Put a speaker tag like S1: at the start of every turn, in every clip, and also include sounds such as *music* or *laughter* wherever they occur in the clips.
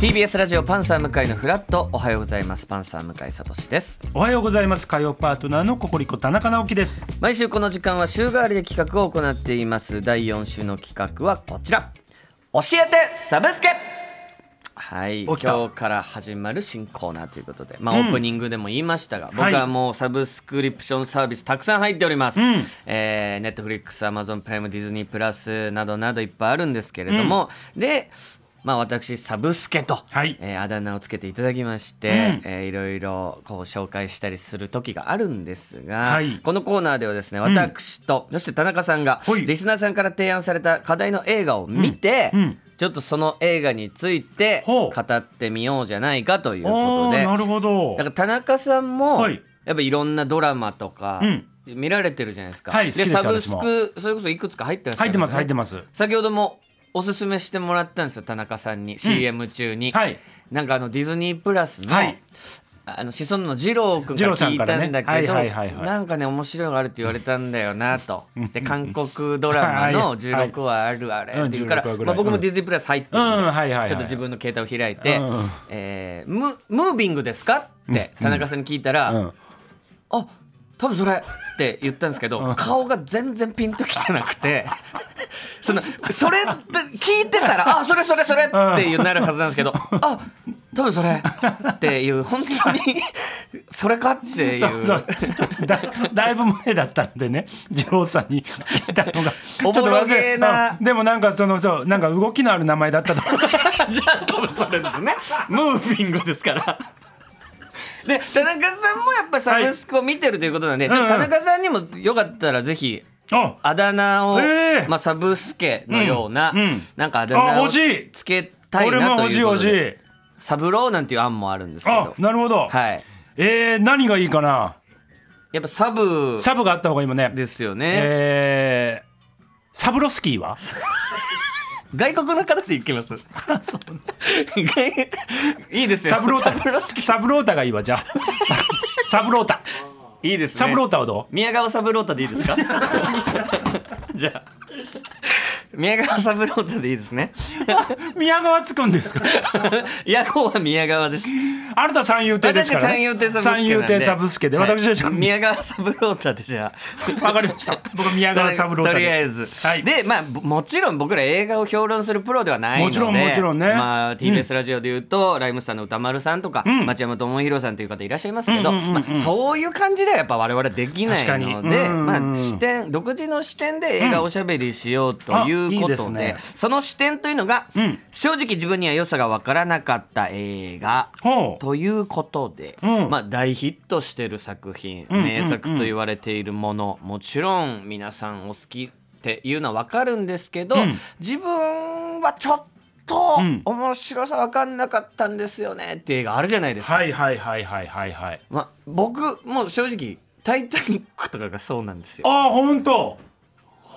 S1: TBS ラジオパンサー向井のフラットおはようございますパンサー向井聡です
S2: おはようございます火曜パートナーのココリコ田中直樹です
S1: 毎週この時間は週替わりで企画を行っています第4週の企画はこちら教えてサブスケはい
S2: 起
S1: 今
S2: きた
S1: 日から始まる新コーナーということで、まあ、オープニングでも言いましたが、僕はもうサブスクリプションサービスたくさん入っております、
S2: ん
S1: えー、Netflix、Amazon プライム、ディズニープラスなどなどいっぱいあるんですけれども、で、まあ、私サブスケと、
S2: はい
S1: えーあだ名をつけていただきまして、
S2: う
S1: えーいろいろこう紹介したりする時があるんですが、
S2: はい
S1: このコーナーではですね私と、そして田中さんが
S2: はい
S1: リスナーさんから提案された課題の映画を見て、
S2: うんうん
S1: ちょっとその映画について
S2: ほ
S1: 語
S2: う
S1: ってみようじゃないかというこ
S2: お
S1: と
S2: ー
S1: で
S2: な
S1: だ
S2: るほど
S1: から田中さんも、
S2: はい
S1: やっぱいろんなドラマとか、
S2: うん
S1: 見られてるじゃないですか。
S2: はい好きです
S1: サブス
S2: 私
S1: クそれこそいくつか入ってらっしゃ
S2: 入っ
S1: るん
S2: て
S1: で
S2: ます入って
S1: すね
S2: ます
S1: 先ほどもおすすめしてもらったんですよ田中さんに、CM 中に。
S2: はい
S1: なんかあのディズニープラスの、
S2: はい
S1: あの子孫の二郎君
S2: 二
S1: が
S2: 郎さ
S1: 聞
S2: ん
S1: い
S2: から
S1: た
S2: ね
S1: んだけど、
S2: はいはいはいはい
S1: なんかね面白いのがあるって言われたんだよな
S2: *laughs*
S1: とで韓国ドラマの16話あるあれ
S2: うん
S1: っていうから、
S2: 16話ぐらい
S1: まあ、僕もディズニープラス入ってるんで、
S2: うんはいはいはい
S1: ちょっと自分の携帯を開いて「
S2: うんうん
S1: えームムービングですか?」って田中さんに聞いたら「
S2: うん
S1: あ多分それって言ったんですけど、顔が全然ピンときてなくて *laughs* そのそれって聞いてたら「あそれそれそれ」っていうなるはずなんですけど「あ多分それ」っていう本当にそれかっていう
S2: そうそうだだいぶ前だったんでね二郎さんに聞いたのがちょ
S1: *laughs* お
S2: っと
S1: ぼろ
S2: 忘
S1: げ
S2: れ
S1: な
S2: うんでもなんかそのそうなんか動きのある名前だったと
S1: *laughs* じゃあ多分それですねムービングですから。で田中さんもやっぱサブスクを見てるということなんで、
S2: はい
S1: ちょっと
S2: うんう
S1: 田
S2: ん
S1: 中さんにもよかったらぜひ
S2: あ
S1: あだ名を、
S2: ええ
S1: まあ、サブスケのような、
S2: うんうん
S1: なんかあだ名
S2: あ
S1: を
S2: 欲しい
S1: つけたい
S2: 俺
S1: な
S2: も
S1: と
S2: 欲しい
S1: いうこ
S2: 欲
S1: と
S2: し
S1: で
S2: い
S1: サブローなんていう案もあるんですけ
S2: あ
S1: ど
S2: なるほど、
S1: はい
S2: えー、何がいいかな
S1: やっぱサブ
S2: サブがあった方がいいもんね
S1: ですよね、
S2: えー、サブロスキーは
S1: 外国の方でいけます外 *laughs* いいですよ
S2: サブロータ
S1: サブロースケ
S2: サブロータがいいわ
S1: *laughs*
S2: じゃあサブロータ
S1: いいですね
S2: サブロータはどう
S1: 宮川サブロータでい
S2: *laughs*
S1: いですかじゃあ宮川サブロータでいいで
S2: *laughs*
S1: すね
S2: 宮川つくんですか
S1: 夜行は宮川です
S2: あなた三遊亭ですから、ね、
S1: 私三遊亭サブスケなんで
S2: 三遊亭サブスケで
S1: はい
S2: 私はちょっ
S1: 宮川サブロータでじゃあ
S2: とわかりました僕は宮川サブロータ
S1: とりあ
S2: で
S1: えず、
S2: はい
S1: でまあぼもちろん僕ら映画を評論するプロではない
S2: も
S1: ので
S2: ちろんもちろんね
S1: ま
S2: う
S1: あ、
S2: ん
S1: TBS ラジオでいうと、ライムスターの歌丸さんとか、
S2: ん
S1: 町山智博さんという方いらっしゃいますけど、
S2: うんうんうんうん
S1: まあ、そういう感じではやっぱ我々できないの
S2: 確かに
S1: で、
S2: うん
S1: まあ、視点独自の視点で映画をおしゃべりしようということで,、
S2: うんあいいです
S1: その視点というのが、
S2: うん
S1: 正直自分には良さが分からなかった映画。
S2: ほう
S1: ということで、
S2: うん
S1: まあ、大ヒットしてる作品、
S2: んうんうん
S1: 名作と言われているものもちろん皆さんお好きっていうのは分かるんですけど、
S2: うん
S1: 自分はちょっと
S2: うん
S1: 面白さ分かんなかったんですよねっていう映画あるじゃないですか。
S2: はいはいはいはいはいはい
S1: まあ、僕も正直「タイタニック」とかがそうなんですよ。
S2: ああ本当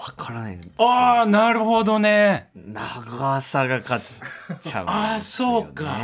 S1: 分からないんです
S2: ああなるほどね
S1: 長さが勝っちゃうんですよ、ね。
S2: あそうか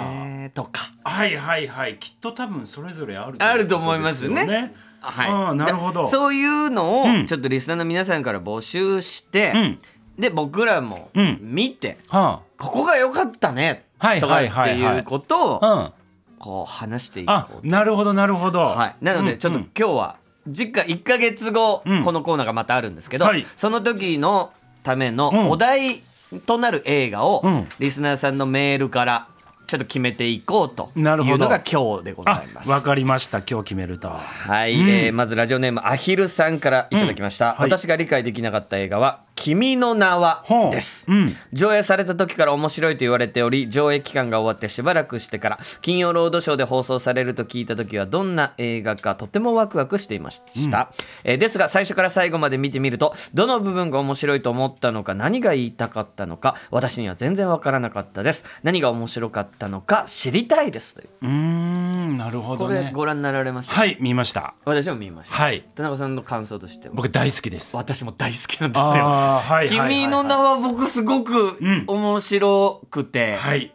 S1: とか。
S2: はいはいはいきっと多分それぞれある
S1: あると思いますね
S2: ということですよ
S1: はい、
S2: あーなるほど
S1: だそういうの
S2: う
S1: を
S2: ん
S1: ちょっとリスナーの皆さんから募集して、
S2: うん
S1: で僕らも
S2: うん
S1: 見て、
S2: は
S1: ここが良かったねと
S2: は
S1: か
S2: い
S1: って
S2: はいはいはい
S1: いうことを
S2: あ、うん
S1: こう話していこ
S2: あ
S1: う
S2: なるほどなるほど、
S1: と、はい、なのでちょっと
S2: うんう
S1: 今
S2: ん
S1: 日は次回1か月後
S2: うん
S1: このコーナーがまたあるんですけど、
S2: はい
S1: その時のため
S2: うん
S1: のお題となる映画を
S2: うん
S1: リスナーさんのメールからちょっと決めていこうという
S2: なるほど
S1: のが今日でござ
S2: あ
S1: います。
S2: わかりました今日決めると
S1: はい、えーまずラジオネームアヒルさんからいただきました、
S2: うんはい
S1: 私が理解できなかった映画は「君の名は
S2: ほ」う
S1: です、
S2: うん
S1: 上映された時から面白いと言われており上映期間が終わってしばらくしてから金曜ロードショーで放送されると聞いた時はどんな映画かとてもワクワクしていました、えーですが最初から最後まで見てみるとどの部分が面白いと思ったのか何が言いたかったのか私には全然わからなかったです何が面白かったのか知りたいですという
S2: うーんなるほど
S1: これ
S2: ね
S1: ご覧になられました、
S2: はい見ました
S1: 私も見ました
S2: はい
S1: 田中さんの感想としては
S2: 僕大好きです
S1: 私も大好きなんですよ
S2: あーはいはいはいはい
S1: 君の名は僕すごく
S2: うん
S1: 面白くて
S2: はい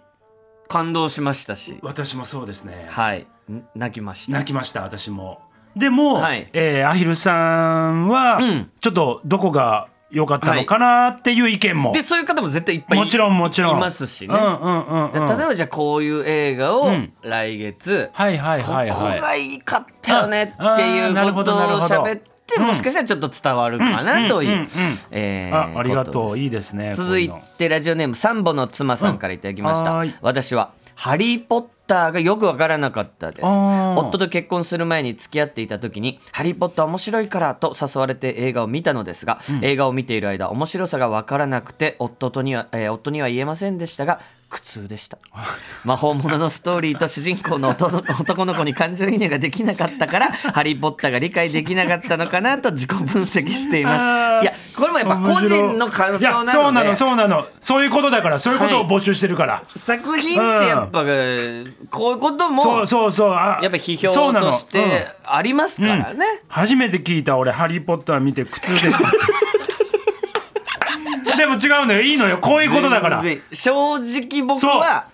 S1: 感動しましたし
S2: 私もそうですね
S1: はいん泣きました
S2: 泣きました私もでも、
S1: はい
S2: えーアヒルさんは、
S1: うん
S2: ちょっとどこが良かったのかなっていう意見も、
S1: でそういう方も絶対いっぱいい
S2: もちろんもちろん
S1: いますしね、
S2: うんうんうんうん、
S1: で例えばじゃあこういう映画を
S2: ん
S1: 来月、
S2: はいはい
S1: ここ
S2: はいはい
S1: がいいかったよねってい
S2: ああーな
S1: う
S2: る
S1: こ
S2: ほど
S1: とを
S2: なるほど
S1: 喋ってもしかしたらちょっと伝わるかなとい
S2: うんうんうんう。
S1: うんえー
S2: あありがとう
S1: こです
S2: いいですね
S1: 続い
S2: こううの
S1: てラジオネームサンボの妻さんからいただきました、
S2: うんはーい
S1: 私は「ハリー・ポッター」がよくわからなかったです
S2: あー
S1: 夫と結婚する前に付き合っていた時に「ハリー・ポッター面白いから」と誘われて映画を見たのですが、映画を見ている間面白さがわからなくて夫とには、えー夫には言えませんでしたが苦痛
S2: *laughs*
S1: でした魔法もののストーリーと主人公の男男の子に感情移入ができなかったから「ハリー・ポッター」が理解できなかったのかなと自己分析していま
S2: あー
S1: すいやこれもやっぱ個人の感
S2: い
S1: 想なので
S2: やそうなのそうなのそういうことだからそういうことを募集してるから、
S1: 作品ってやっぱ、こういうことも
S2: そうそうそうあ
S1: やっぱ批
S2: そう
S1: 評
S2: なの
S1: としてありますからね。
S2: 初めて聞いた俺「ハリー・ポッター」見て苦痛でし
S1: *laughs*
S2: たでも違うのよいいのよこういうことだから
S1: 全然正直僕は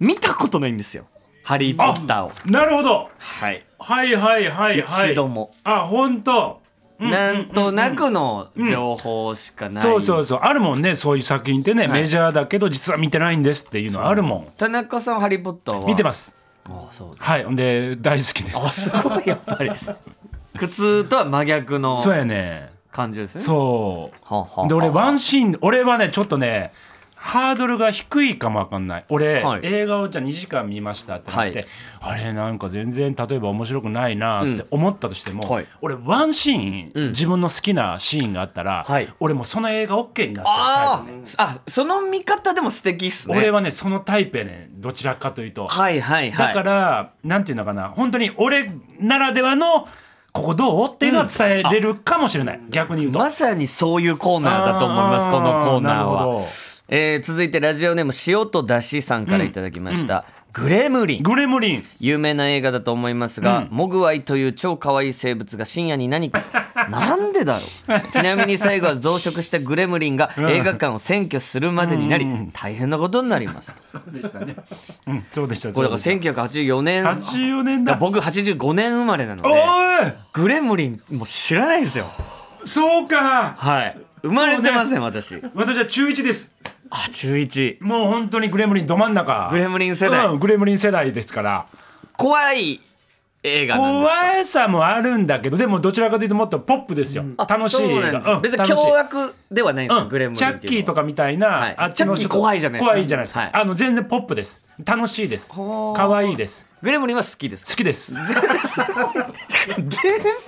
S1: 見たことないんですよ「ハリー・ポッターを」
S2: なるほど
S1: はい、
S2: はいはいはいはい
S1: 一度も
S2: あ本当
S1: なんとなくの情報しかない、
S2: そうそうそうあるもんねそういう作品ってね、
S1: はい
S2: メジャーだけど実は見てないんですっていうのあるもん
S1: 田中さん「ハリー・ポッターは」
S2: 見てますす
S1: ああそうです
S2: はいほんで大好きです
S1: あすごいやっぱり苦痛とは真逆の
S2: *laughs* そうやね
S1: 感じですね
S2: そう
S1: はあはあはあ
S2: で俺ワンシーン俺はねちょっとねハードルが低いかもわかんない俺、
S1: はい
S2: 映画をじゃあ2時間見ましたってなって、あれなんか全然例えば面白くないなって思ったとしても、
S1: うんはい
S2: 俺ワンシーン、
S1: うん
S2: 自分の好きなシーンがあったら、
S1: はい
S2: 俺もうその映画 OK になっちゃうタ
S1: あ
S2: イプね
S1: ーあその見方でも素敵っすね
S2: 俺はねそのタイプやねんどちらかというと、
S1: はいはいは
S2: だ
S1: い
S2: から、なんていうのかな本当に俺ならではのここどうっていうのは伝えれるかもしれない、逆に言うと。
S1: まさにそういうコーナーだと思います、
S2: あー
S1: このコーナー
S2: なる
S1: は
S2: ほど。
S1: えー続いてラジオネーム塩とだしさんからいただきました、グレムリン
S2: グレムリン
S1: 有名な映画だと思いますが、
S2: うん
S1: モグワイという超可愛い生物が深夜に何
S2: *laughs*
S1: かなんでだろうちなみに最後は増殖したグレムリンが映画館を占拠するまでになり大変なことになります
S2: そうでしたね。うん、そうでした。
S1: これだから
S2: そうで
S1: 1984年
S2: した84年
S1: だから
S2: だ。
S1: 僕85年生まれなの
S2: お
S1: で
S2: い、
S1: グレムリンもう知らないですよ
S2: そうか。
S1: はい生まれてません、私
S2: 私は中一です。
S1: あ中一
S2: もう本当にグレムリンど真ん中。
S1: グレムリン世代
S2: うんグレムリン世代ですから。
S1: 怖い映画なんです
S2: 怖さもあるんだけど、でもどちらかというともっとポップですよ。
S1: あ
S2: 楽しい
S1: そう
S2: 映
S1: なんです
S2: 画。
S1: よ
S2: うん
S1: 別に
S2: 楽しい
S1: 凶悪ではないんですか、
S2: うん
S1: グレムリ
S2: チ
S1: ン
S2: ャ
S1: っ
S2: ッ
S1: て
S2: キ
S1: い
S2: ー
S1: うの
S2: と
S1: は
S2: かみたいな、
S1: はい
S2: あっちの
S1: チャッキー怖いじゃないですか
S2: 怖いじゃないですか、
S1: はい
S2: あの全然ポップです楽しいです
S1: ほー
S2: 可愛いです
S1: グレムリンは好きです
S2: 好きです
S1: 全部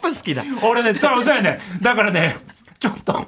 S1: 好きだ
S2: 俺ねそうそうやねだからねちょっと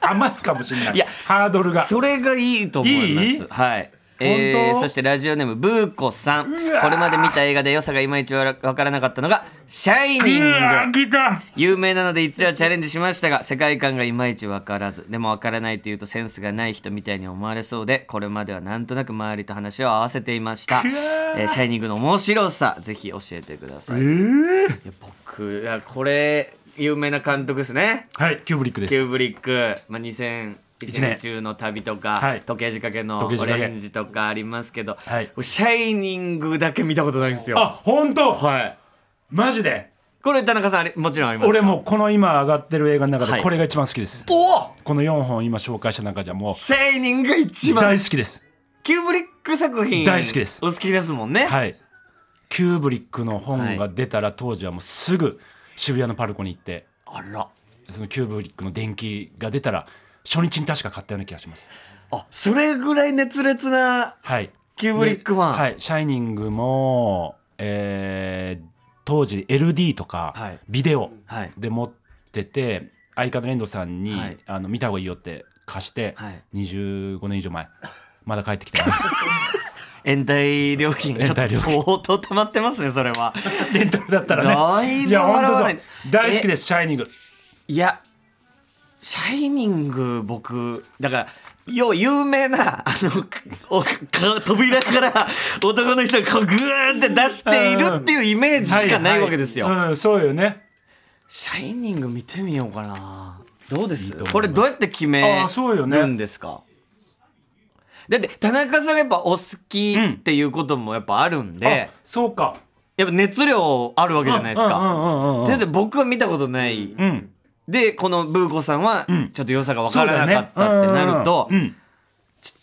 S2: 甘いかもしれない
S1: いや
S2: ハードルが
S1: それがいいと思います
S2: いい
S1: はいえー
S2: 本当
S1: そしてラジオネームブーコさんこ
S2: わー
S1: れまで見た映画で良さがいまいちわからなかったのが「シャイニング」
S2: うわ来た
S1: 有名なので一度はチャレンジしましたが世界観がいまいち分からずでも分からないというとセンスがない人みたいに思われそうでこれまではなんとなく周りと話を合わせていました「
S2: くわー
S1: えーシャイニング」の面白さぜひ教えてください,、いや僕いやこれ有名な監督ですね
S2: はいキューブリックで
S1: キュ
S2: す
S1: ーブリック、まあ、2001年中の旅とか、
S2: はい
S1: 時計仕掛けの
S2: 時計仕
S1: オ
S2: 掛け
S1: レンジとかありますけど、
S2: はい
S1: シャイニングだけ見たことないんですよ
S2: あ本当
S1: はい
S2: マジで
S1: これ田中さんありもちろんあります
S2: 俺もうこの今上がってる映画の中
S1: は
S2: で
S1: い
S2: これが一番好きです、
S1: おお
S2: この4本今紹介した中じゃも
S1: シェイニングが一
S2: う
S1: 番
S2: 大好きです
S1: キューブリック作品
S2: 大好きです
S1: お好きですもんね、
S2: はいキューブリックの本が出たら当時はもうすぐ渋谷のパルコに行って
S1: あら
S2: そのキューブリックの電気が出たら初日に確か買ったような気がします
S1: あそれぐらい熱烈な
S2: はい
S1: キューブリックファン
S2: ではい「シャイニングも」えー当時 LD とか、
S1: はい
S2: ビデオ
S1: はい
S2: で持ってて相方の遠藤さんに、
S1: はい
S2: あの見た方がいいよって貸して、
S1: はい
S2: 25年以上前まだ帰ってきてない
S1: *laughs* 延滞料金ちょ
S2: 延
S1: っと
S2: 滞料金
S1: 相当溜まってますねそれは
S2: レンタルだったらね
S1: だいぶ
S2: や本
S1: 笑
S2: 当
S1: わ
S2: そ
S1: ないう
S2: 大好きです「シャイニング
S1: いやシャイニング僕だからよう有名なあのおか扉から男の人がこうグーって出しているっていうイメー」ジしかないわけですよ、
S2: はいはいうん、そうよね
S1: シャイニング見てみようかな。どうです
S2: と思います
S1: これどうやって決め
S2: あーそうよね
S1: るんですか、だって田中さんがやっぱお好きっていうこともやっぱあるんで
S2: あ、そうか
S1: やっぱ熱量あるわけじゃないです
S2: うんう
S1: か。
S2: んうんうんうん
S1: だって僕は見たことない
S2: うん
S1: でこのブーコさんは
S2: ん
S1: ちょっと良さが分からなかったってなると「
S2: そうだね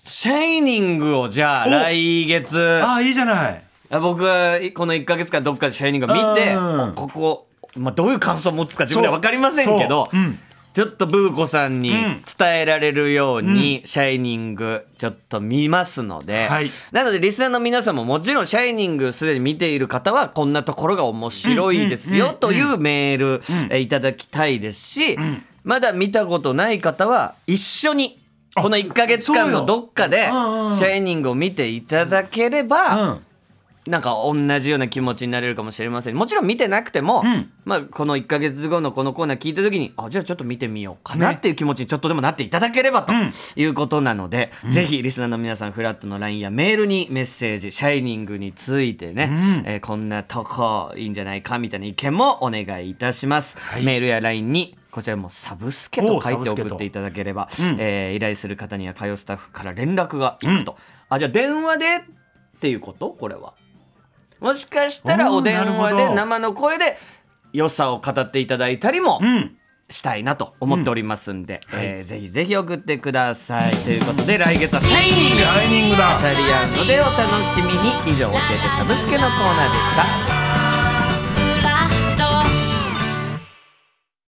S1: シャイニング」をじゃあ
S2: お
S1: 来月
S2: うんああいいじゃない
S1: あ僕はこの1か月間どっかで「シャイニング」を見て
S2: うん
S1: おここ、まあ、どういう感想を持つか自分では分かりませんけど、
S2: そううん
S1: ちょっとブーコさんに
S2: うん
S1: 伝えられるように「シャイニング」ちょっと見ますので、
S2: はい
S1: なのでリスナーの皆さんももちろん「シャイニング」すでに見ている方はこんなところが面白いです
S2: うん
S1: よ
S2: うん
S1: というメールえいただきたいですし、
S2: ん
S1: まだ見たことない方は一緒にこの1か月間のどっか
S2: そ
S1: で
S2: うようんうんう
S1: 「
S2: ん
S1: シャイニング」を見ていただければ、
S2: うん
S1: なんか同じような気持ちになれるかもしれませんもちろん見てなくても、
S2: うん
S1: まあ、この1か月後のこのコーナー聞いた時にあじゃあちょっと見てみようかな
S2: ね
S1: っていう気持ちにちょっとでもなっていただければと
S2: うん
S1: いうことなので、ぜひリスナーの皆さんフラットの LINE やメールにメッセージ「シャイニング」についてね、
S2: うん
S1: えーこんなとこいいんじゃないかみたいな意見もお願いいたします。
S2: い
S1: メールや LINE にこちらもサブスケ
S2: お
S1: と
S2: う
S1: 書い
S2: サ
S1: て
S2: ブスケ
S1: 送
S2: と
S1: っていただければ、
S2: うん
S1: えー依頼する方には火曜スタッフから連絡がいくと、あじゃあ電話でっていうことこれはもしかしたら
S2: おー
S1: お電話
S2: なる
S1: で
S2: ほど
S1: 生の声で良さを語っていただいたりも
S2: うん
S1: したいなと思っておりますんで、えーぜひぜひ送ってくださいということで来月は「シャイニング」
S2: シャイニングだ
S1: イタリアンドでお楽しみに以上教えてサブスケのコーナーでした。